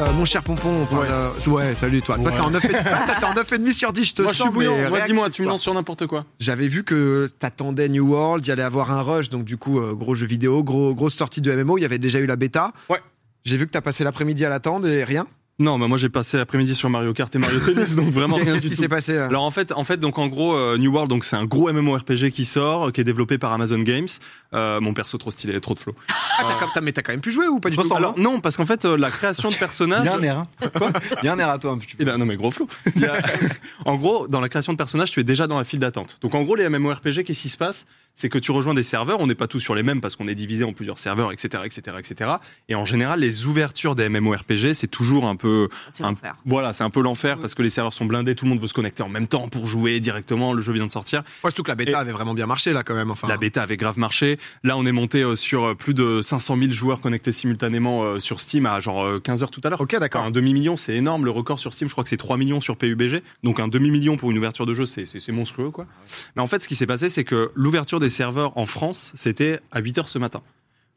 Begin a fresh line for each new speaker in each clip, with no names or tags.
Euh, mon cher Pompon, on parle,
Ouais.
euh, ouais. salut toi. Toi,
Ouais.
t'es en 9 et- toi, t'es en 9,5 sur 10, je te
Moi, je
sens,
suis bouillant.
mais
Moi,
réactif,
dis-moi, tu me
quoi.
lances sur n'importe quoi.
J'avais vu que t'attendais New World, il allait avoir un rush, donc du coup, euh, gros jeu vidéo, gros, grosse sortie de MMO, il y avait déjà eu la bêta.
Ouais.
J'ai vu que t'as passé l'après-midi à l'attendre et rien.
Non, bah moi j'ai passé l'après-midi sur Mario Kart et Mario Tennis, donc vraiment rien
Qu'est-ce
du
qui
tout.
s'est passé euh
Alors en fait, en fait, donc en gros, euh, New World, donc c'est un gros MMORPG qui sort, euh, qui est développé par Amazon Games. Euh, mon perso trop stylé, trop de flow.
Ah,
euh,
t'as quand- t'as- mais t'as quand même pu jouer ou pas du tout
Alors non, parce qu'en fait, euh, la création de personnages.
Il y a un air. hein. Il y a un air à toi hein, un petit peu.
Il a- non mais gros flou. Il y a- en gros, dans la création de personnages, tu es déjà dans la file d'attente. Donc en gros, les MMORPG, qu'est-ce qui se passe C'est que tu rejoins des serveurs. On n'est pas tous sur les mêmes parce qu'on est divisé en plusieurs serveurs, etc., etc., etc. Et en général, les ouvertures des MMORPG, c'est toujours un peu
C'est
Un-
l'enfer.
Voilà, c'est un peu l'enfer parce que les serveurs sont blindés, tout le monde veut se connecter en même temps pour jouer directement, le jeu vient de sortir.
Ouais, surtout que la bêta
Et-
avait vraiment bien marché là quand même. Enfin,
La bêta avait grave marché. Là, on est monté euh, sur euh, plus de 500 000 joueurs connectés simultanément euh, sur Steam à genre euh, 15 heures tout à l'heure.
Ok, d'accord.
Enfin, un demi-million, c'est énorme. Le record sur Steam, je crois que c'est 3 millions sur PUBG. Donc un demi-million pour une ouverture de jeu, c'est- c'est c'est monstrueux, quoi. Mais en fait, ce qui s'est passé, c'est que l'ouverture des serveurs en France, c'était à 8 heures ce matin.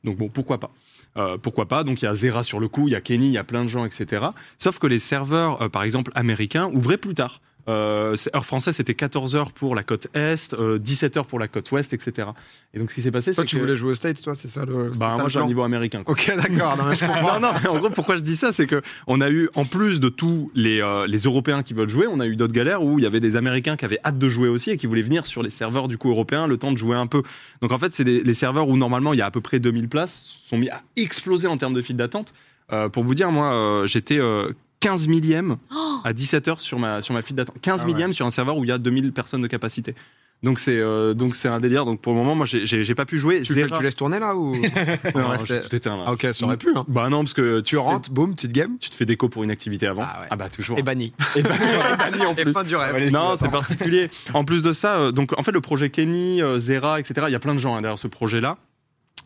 Donc bon, pourquoi pas Euh, pourquoi pas Donc il y a Zera sur le coup, il y a Kenny, il y a plein de gens, etc. Sauf que les serveurs, euh, par exemple américains, ouvraient plus tard. Euh, c'est- heure française, c'était 14 heures pour la côte est, euh, 17 heures pour la côte ouest, etc. Et donc ce qui s'est passé, c'est
toi,
que
tu voulais jouer aux States, toi, c'est ça le. c'est
bah,
ça
moi
le
j'ai un
plan
niveau américain. quoi.
Ok, d'accord. non, mais je comprends.
Non, non, mais en gros, pourquoi je dis ça, c'est que on a eu, en plus de tous les, euh, les Européens qui veulent jouer, on a eu d'autres galères où il y avait des Américains qui avaient hâte de jouer aussi et qui voulaient venir sur les serveurs du coup européens, le temps de jouer un peu. Donc en fait, c'est des- les serveurs où normalement il y a à peu près 2000 places sont mis à exploser en termes de file d'attente. Euh, pour vous dire, moi, euh, j'étais euh, 15 millième à 17h sur ma, sur ma file d'attente. 15
Ah ouais.
millième sur un serveur où il y a 2000 personnes de capacité. Donc c'est euh, donc c'est un délire. Donc pour le moment, moi, j'ai- j'ai j'ai pas pu jouer.
Tu, fais-
Zera-
tu laisses tourner là ou
Non,
Ouais,
j'ai
c'est-
tout éteint, là.
Ah, ok, ça aurait pu. Hein.
Bah non, parce que
Tu rentres, boum, petite game.
tu te fais déco pour une activité avant.
Ah ouais.
bah toujours.
Et banni.
Et bah- et banni en
Et
plus.
fin du rêve.
Non, c'est particulier. En plus de ça, euh, donc en fait le projet Kenny, euh, Zera, etc. Il y a plein de gens hein, derrière ce projet-là.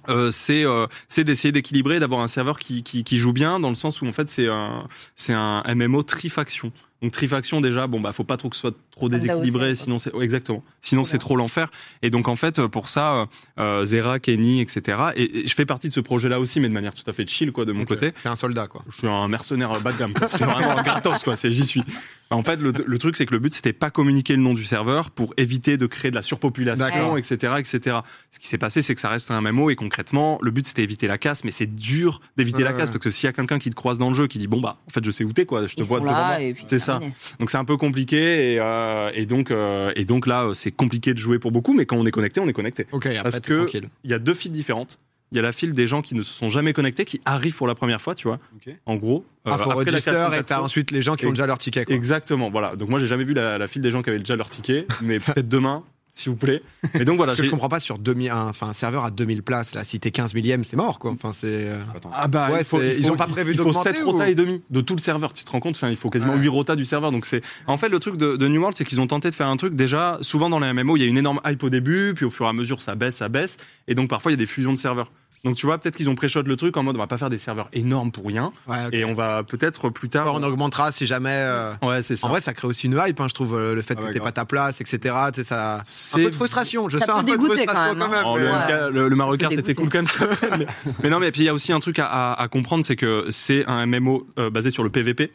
Euh, c'est euh, c'est d'essayer d'équilibrer, d'avoir un serveur qui, qui, qui joue bien, dans le sens où en fait c'est un c'est un MMO trifaction. Donc trifaction déjà, bon bah faut pas trop que ce soit trop
Comme
déséquilibré,
Daosé, quoi.
sinon c'est ouais, exactement, sinon
Voilà.
c'est trop l'enfer. Et donc en fait pour ça, euh, euh, Zera, Kenny, etc. Et, et je fais partie de ce projet-là aussi, mais de manière tout à fait chill quoi de mon
Ok.
côté.
T'es un soldat, quoi.
Je suis un mercenaire bas de gamme. quoi. C'est vraiment un gratos, quoi. C'est j'y suis. En fait, le, le truc, c'est que le but, c'était pas communiquer le nom du serveur pour éviter de créer de la surpopulation,
D'accord.
etc., etc. Ce qui s'est passé, c'est que ça reste un MMO et concrètement, le but, c'était éviter la casse, mais c'est dur d'éviter
Ouais,
la
ouais.
casse parce que s'il y a quelqu'un qui te croise dans le jeu, qui dit bon bah, en fait, je sais où t'es, quoi. Je te
Ils
vois
sont
devant moi.
là et puis
C'est ça.
terminé.
Donc c'est un peu compliqué et, euh, et donc euh, et donc là, euh, c'est compliqué de jouer pour beaucoup, mais quand on est connecté, on est connecté.
Ok, après,
Parce
t'es
que-
tranquille.
Il y a deux files différentes. Il y a la file des gens qui ne se sont jamais connectés, qui arrivent pour la première fois, tu vois.
Ok.
En gros, euh,
Ah, faut
après la
register
création
et t'as
perso.
ensuite les gens qui ont
Ex-
déjà leur ticket, quoi.
Exactement, voilà. Donc moi, j'ai jamais vu la, la file des gens qui avaient déjà leur ticket, mais peut-être demain, s'il vous plaît. Mais donc voilà.
Parce que
j'ai-
je comprends pas sur 2000, un, enfin, un serveur à 2000 places, là, si t'es 15 millième, c'est mort, quoi. Enfin, c'est. euh,
Ah bah,
Ouais,
il faut-
c'est-
il
ils
faut-
ont pas prévu
Il faut
d'augmenter
7
ou-
rotas et demi de tout le serveur, tu te rends compte Enfin, il faut quasiment
Ouais.
8 rotas du serveur. Donc c'est. En fait, le truc de, de New World, c'est qu'ils ont tenté de faire un truc. Déjà, souvent dans les MMO, il y a une énorme hype au début, puis au fur et à mesure, ça baisse, ça baisse. Et donc parfois, il y a des fusions de serveurs. Donc tu vois, peut-être qu'ils ont pré-shot le truc en mode on va pas faire des serveurs énormes pour rien.
Ouais, ok.
Et on va peut-être plus tard.
Alors, on augmentera si jamais. euh,
Ouais, c'est ça.
En vrai, ça crée aussi une hype, hein, je trouve, euh, le fait
Ah
que
ouais,
t'aies
grave.
pas ta place, etc. tu sais, Ça... Un
c'est
peu de frustration, je
Ça
sens
peut
un peu de
dégoûter, quand
frustration
même,
quand
hein.
même. mais-
Oh, le,
Ouais.
MK, le- le Mario
Ça peut
Kart était
dégoûter.
cool quand même. mais, mais non, mais puis il y a aussi un truc à, à- à comprendre, c'est que c'est un MMO euh, basé sur le PVP.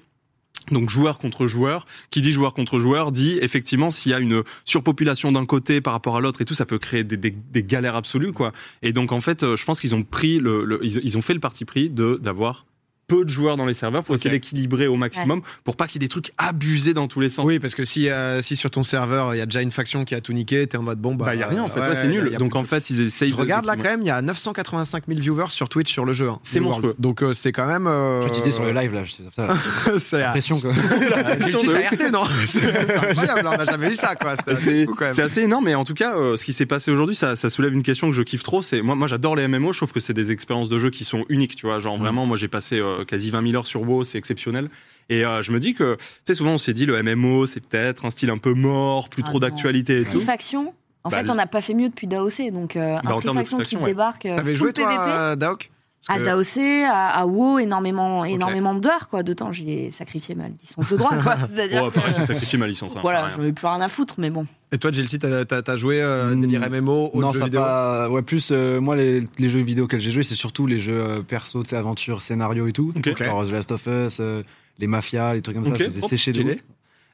Donc joueur contre joueur, qui dit joueur contre joueur, dit effectivement s'il y a une surpopulation d'un côté par rapport à l'autre et tout, ça peut créer des, des- des galères absolues quoi. Et donc en fait, euh, je pense qu'ils ont pris le, le- ils, ils ont fait le parti pris de d'avoir peu de joueurs dans les serveurs pour essayer d'équilibrer au maximum, pour pas qu'il y ait des trucs abusés dans tous les sens.
Oui, parce que si, euh, si sur ton serveur, il y a déjà une faction qui a tout niqué, t'es en mode bon, bah.
Bah
euh,
y a rien en fait,
ouais,
ouais, c'est
y a-
nul.
y a
Donc
plus
en
de-
fait, ils essayent.
Je
de-
regarde là quand même, il y a 985 000 viewers sur Twitch sur le jeu. hein,
C'est
New
monstrueux.
World. Donc euh, c'est quand même. euh, Ah,
Tu disais sur le live là, je putain,
c'est
la pression quoi.
c'est le site ART, non C'est c'est incroyable, on n'a jamais vu ça quoi. C'est assez
C'est
fou, quand
c'est
même.
assez énorme, mais en tout cas, euh, ce qui s'est passé aujourd'hui, ça, ça soulève une question que je kiffe trop. C'est moi, moi, j'adore les MMO. Je trouve que c'est des expériences de jeu qui sont uniques, tu vois.
Mm.
Genre vraiment, moi, j'ai passé euh, quasi 20 000 heures sur WoW, c'est exceptionnel. Et euh, je me dis que, tu sais, souvent, on s'est dit le MMO, c'est peut-être un style un peu mort, plus
Ah
trop
non.
d'actualité et tout.
Free Faction, en
Bah,
fait, on n'a pas fait mieux depuis DAOC. Donc, euh,
Bah, en
un Free
termes de
Faction qui
faction, ouais.
débarque. euh,
T'avais
full
joué toi,
PVP,
euh, Daok Parce
À
que-
DAOC, à, à WoW, énormément, énormément d'heures, quoi. De temps, j'y ai sacrifié ma licence de droit, quoi. C'est-à-dire
Oh,
que,
pareil, j'ai sacrifié ma licence. hein,
voilà,
pareil.
j'en ai plus rien à foutre, mais bon.
Et toi, Jelsi, t'as t'as- t'as joué euh,
Hmm.
délire MMO aux
non,
jeux
ça
vidéo
pas. Ouais, plus euh, moi les, les jeux vidéo auxquels j'ai joué, c'est surtout les jeux euh, perso, tu sais, aventure, scénario et tout.
Ok.
Genre The Last of Us, euh, les mafias, les trucs comme ça.
Ok.
Je les ai
Oh,
séchés de
stylé.
ouf.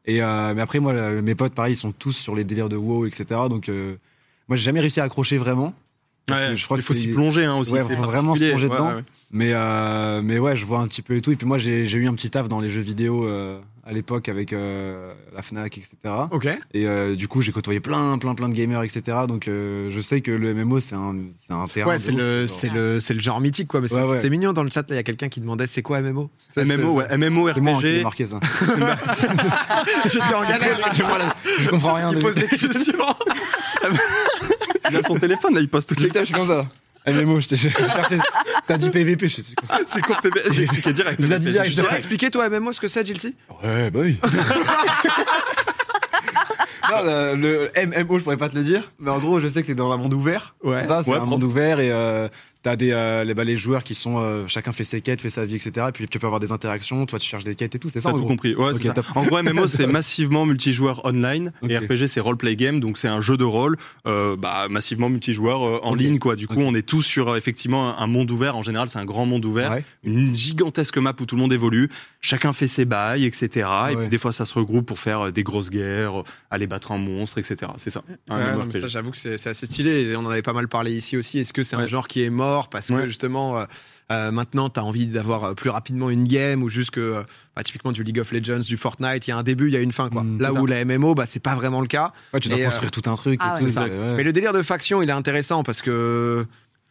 Et euh, mais après, moi, le- mes potes, pareil, ils sont tous sur les délires de WoW, etc. Donc euh, moi, j'ai jamais réussi à accrocher vraiment. Parce que je crois
il
que
faut
c'est-
s'y plonger hein, aussi.
Ouais,
c'est
faut vraiment se
particulier.
plonger
Ouais,
dedans.
ouais, ouais.
Mais, euh, mais ouais, je vois un petit peu et tout. Et puis moi, j'ai j'ai eu un petit taf dans les jeux vidéo euh, à l'époque avec euh, la Fnac, etc.
Ok.
Et euh, du coup, j'ai côtoyé plein, plein, plein de gamers, etc. Donc euh, je sais que le MMO, c'est un, c'est un terrain.
Ouais,
de
c'est
ouf,
le,
genre.
c'est le, c'est le genre mythique, quoi. Mais c'est
Ouais, ouais.
c'est mignon dans le chat, là, il y a quelqu'un qui demandait c'est quoi MMO Ça, c'est-
MMO, ouais, MMO,
C'est moi qui ai
RPG.
marqué ça.
J'étais en galère.
C'est moi, là, je comprends rien.
Il
de-
pose des questions.
Il a son téléphone, là, il poste toutes les
Putain, je suis comme ça. MMO, je t'ai je cherchais. T'as dit PVP, je suis comme ça.
C'est quoi PVP J'ai expliqué direct.
Il a dit direct.
Je t'aurais expliqué, toi, MMO, ce que c'est, Jelsi
Ouais, bah oui. Non, le, le MMO, je pourrais pas te le dire, mais en gros, je sais que c'est dans un monde ouvert.
Ouais.
Ça, c'est
Ouais,
un
propre.
monde ouvert et euh, t'as des euh, les, bah, les joueurs qui sont euh, chacun fait ses quêtes, fait sa vie, etc. Et puis tu peux avoir des interactions, toi tu cherches des quêtes et tout, c'est ça.
T'as
en
tout
gros
compris. Ouais,
Ok,
c'est ça.
top.
En gros, MMO, c'est massivement multijoueur online. Et
Ok.
RPG, c'est roleplay game. Donc, c'est un jeu de rôle euh, bah, massivement multijoueur euh, en
Ok.
ligne. quoi. Du coup,
Ok.
on est tous sur euh, effectivement un un monde ouvert. En général, c'est un grand monde ouvert.
Ouais.
Une gigantesque map où tout le monde évolue. Chacun fait ses bails, etc. Et
Ouais.
puis, des fois, ça se regroupe pour faire euh, des grosses guerres, euh, aller battre un monstre, etc. C'est ça. Un
Ouais,
MMO
non, mais ça,
RPG.
j'avoue que c'est c'est assez stylé. Et on en avait pas mal parlé ici aussi. Est-ce que c'est un
Ouais.
genre qui est mort parce que
Ouais.
justement, euh, euh, maintenant, t'as envie d'avoir euh, plus rapidement une game ou juste que, euh, bah, typiquement du League of Legends, du Fortnite, il y a un début, il y a une fin. Quoi.
Mm,
Là
c'est
où la MMO, bah, c'est pas vraiment le cas.
Ouais, tu dois
Et, euh,
construire tout un truc
Ah
et
ouais,
tout.
exact.
c'est- ouais.
Mais le délire de faction, il est intéressant parce que euh,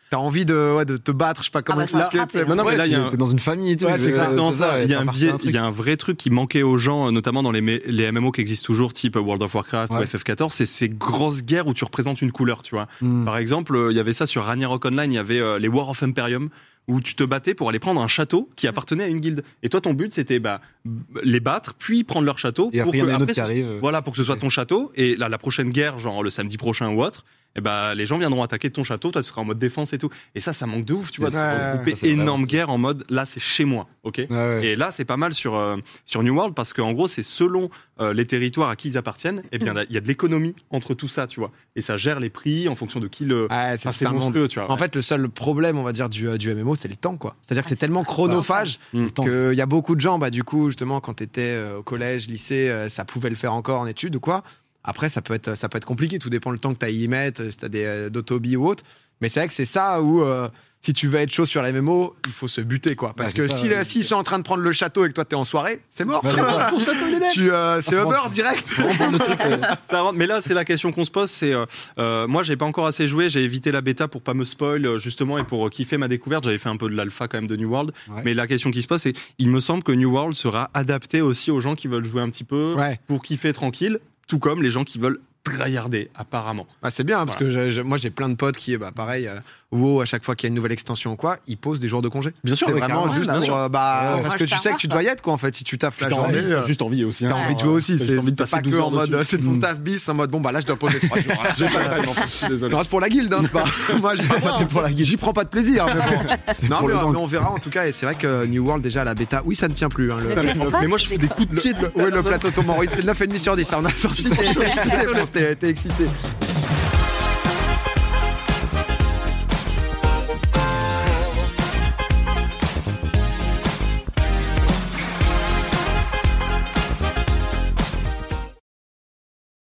t'as envie de, ouais, de te battre, je sais pas comment
bah, ça va
expliquer,
frapper,
tu sais.
hein.
Non, non, mais
Ouais,
là, il y a
tu-
un-
t'es dans une famille et tout.
Ouais,
c'est
c'est
exactement ça. Il y a un biais-
biais
il y a un vrai truc qui manquait aux gens, euh, notamment dans les, mé- les MMO qui existent toujours, type World of Warcraft ou
Ouais.
FF14. C'est ces grosses guerres où tu représentes une couleur, tu vois.
Hmm. Mm.
Par exemple, euh, il y avait ça sur Ragnarok Online, il y avait euh, les War of Imperium où tu te battais pour aller prendre un château
Mm.
qui appartenait à une guilde. Et toi, ton but, c'était bah, les battre, puis prendre leur château.
Et après, il y en a
que-
un autre
ce-
qui arrive.
Euh, Voilà, pour que ce soit ton château. Et là, la prochaine guerre, genre le samedi prochain ou autre, eh ben, les gens viendront attaquer ton château, toi, tu seras en mode défense et tout. Et ça, ça manque de ouf, tu vois.
Ouais,
de regrouper
ça, c'est vraiment
énorme
stylé.
guerre en mode, là, c'est chez moi, ok
Ouais, ouais.
et là, c'est pas mal sur, euh, sur New World parce qu'en gros, c'est selon euh, les territoires à qui ils appartiennent, eh bien, là, il y a de l'économie entre tout ça, tu vois. Et ça gère les prix en fonction de qui le.
Ah,
Ouais,
Enfin, Ah, c'est
un monde.
monstrueux, tu vois.
En fait, le seul problème, on va dire, du, euh, du MMO, c'est le temps, quoi. C'est-à-dire que
Ah,
c'est
c'est
tellement chronophage
Mm.
Temps.
qu'il y a beaucoup de gens, bah, du coup, justement, quand t'étais euh, au collège, lycée, euh, ça pouvait le faire encore en études ou quoi. Après, ça peut être, ça peut être compliqué. Tout dépend le temps que t'as à y mettre, si t'as des euh, d'autobi ou autre. Mais c'est vrai que c'est ça où, euh, si tu veux être chaud sur les MMO, il faut se buter, quoi. Parce
Ouais,
que
Bah, c'est ça,
si,
ouais.
euh, s'ils sont en train de prendre le château et que toi t'es en soirée, c'est mort.
Ouais, c'est ça.
tu, euh, c'est
Ah,
Uber
franchement.
direct.
Le truc, euh,
Ça rentre. Mais là, c'est la question qu'on se pose. C'est euh, euh, moi, j'ai pas encore assez joué. J'ai évité la bêta pour pas me spoil euh, justement et pour euh, kiffer ma découverte. J'avais fait un peu de l'alpha quand même de New World.
Ouais.
Mais la question qui se pose, c'est il me semble que New World sera adapté aussi aux gens qui veulent jouer un petit peu
Ouais.
pour kiffer tranquille, tout comme les gens qui veulent tryharder apparemment.
Bah, c'est bien, hein, parce que je- je- moi j'ai plein de potes qui, bah, pareil, euh, WoW, à chaque fois qu'il y a une nouvelle extension ou quoi, ils posent des jours de congé.
Bien sûr,
C'est
ouais,
vraiment
carrément,
juste
bien
pour,
sûr.
euh, bah,
Ouais,
parce
ouais.
que tu
Ça
sais que tu
marche,
dois y être, quoi, en fait, si tu taffes la
T'as
journée.
envie-
euh,
juste envie aussi. hein.
T'as envie de jouer aussi,
T'as
c'est
envie de
c'est
passer
pas que
12 heures
en mode
dessus.
euh, c'est ton
Mm.
taf bis, en mode bon bah là je dois poser 3 jours. hein.
J'ai pas le time, en fait, je suis désolé.
Non, c'est pour la guilde, hein, c'est pas. Moi j'y prends,
c'est pour la guilde.
j'y prends pas de plaisir. mais bon.
c'est
Non,
pour
mais, euh,
le gang.
mais on verra en tout cas, et c'est vrai que New World déjà à la bêta, oui ça ne tient plus. hein, le...
Putain, mais- Qu'est-ce
mais moi,
qui
je
se
fais
passe
des coups de pied.
Le- ouais, le plateau tombe en ruine, c'est 9,5 sur 10. On a sorti, t'es excité, je pense, t'es t'es excité.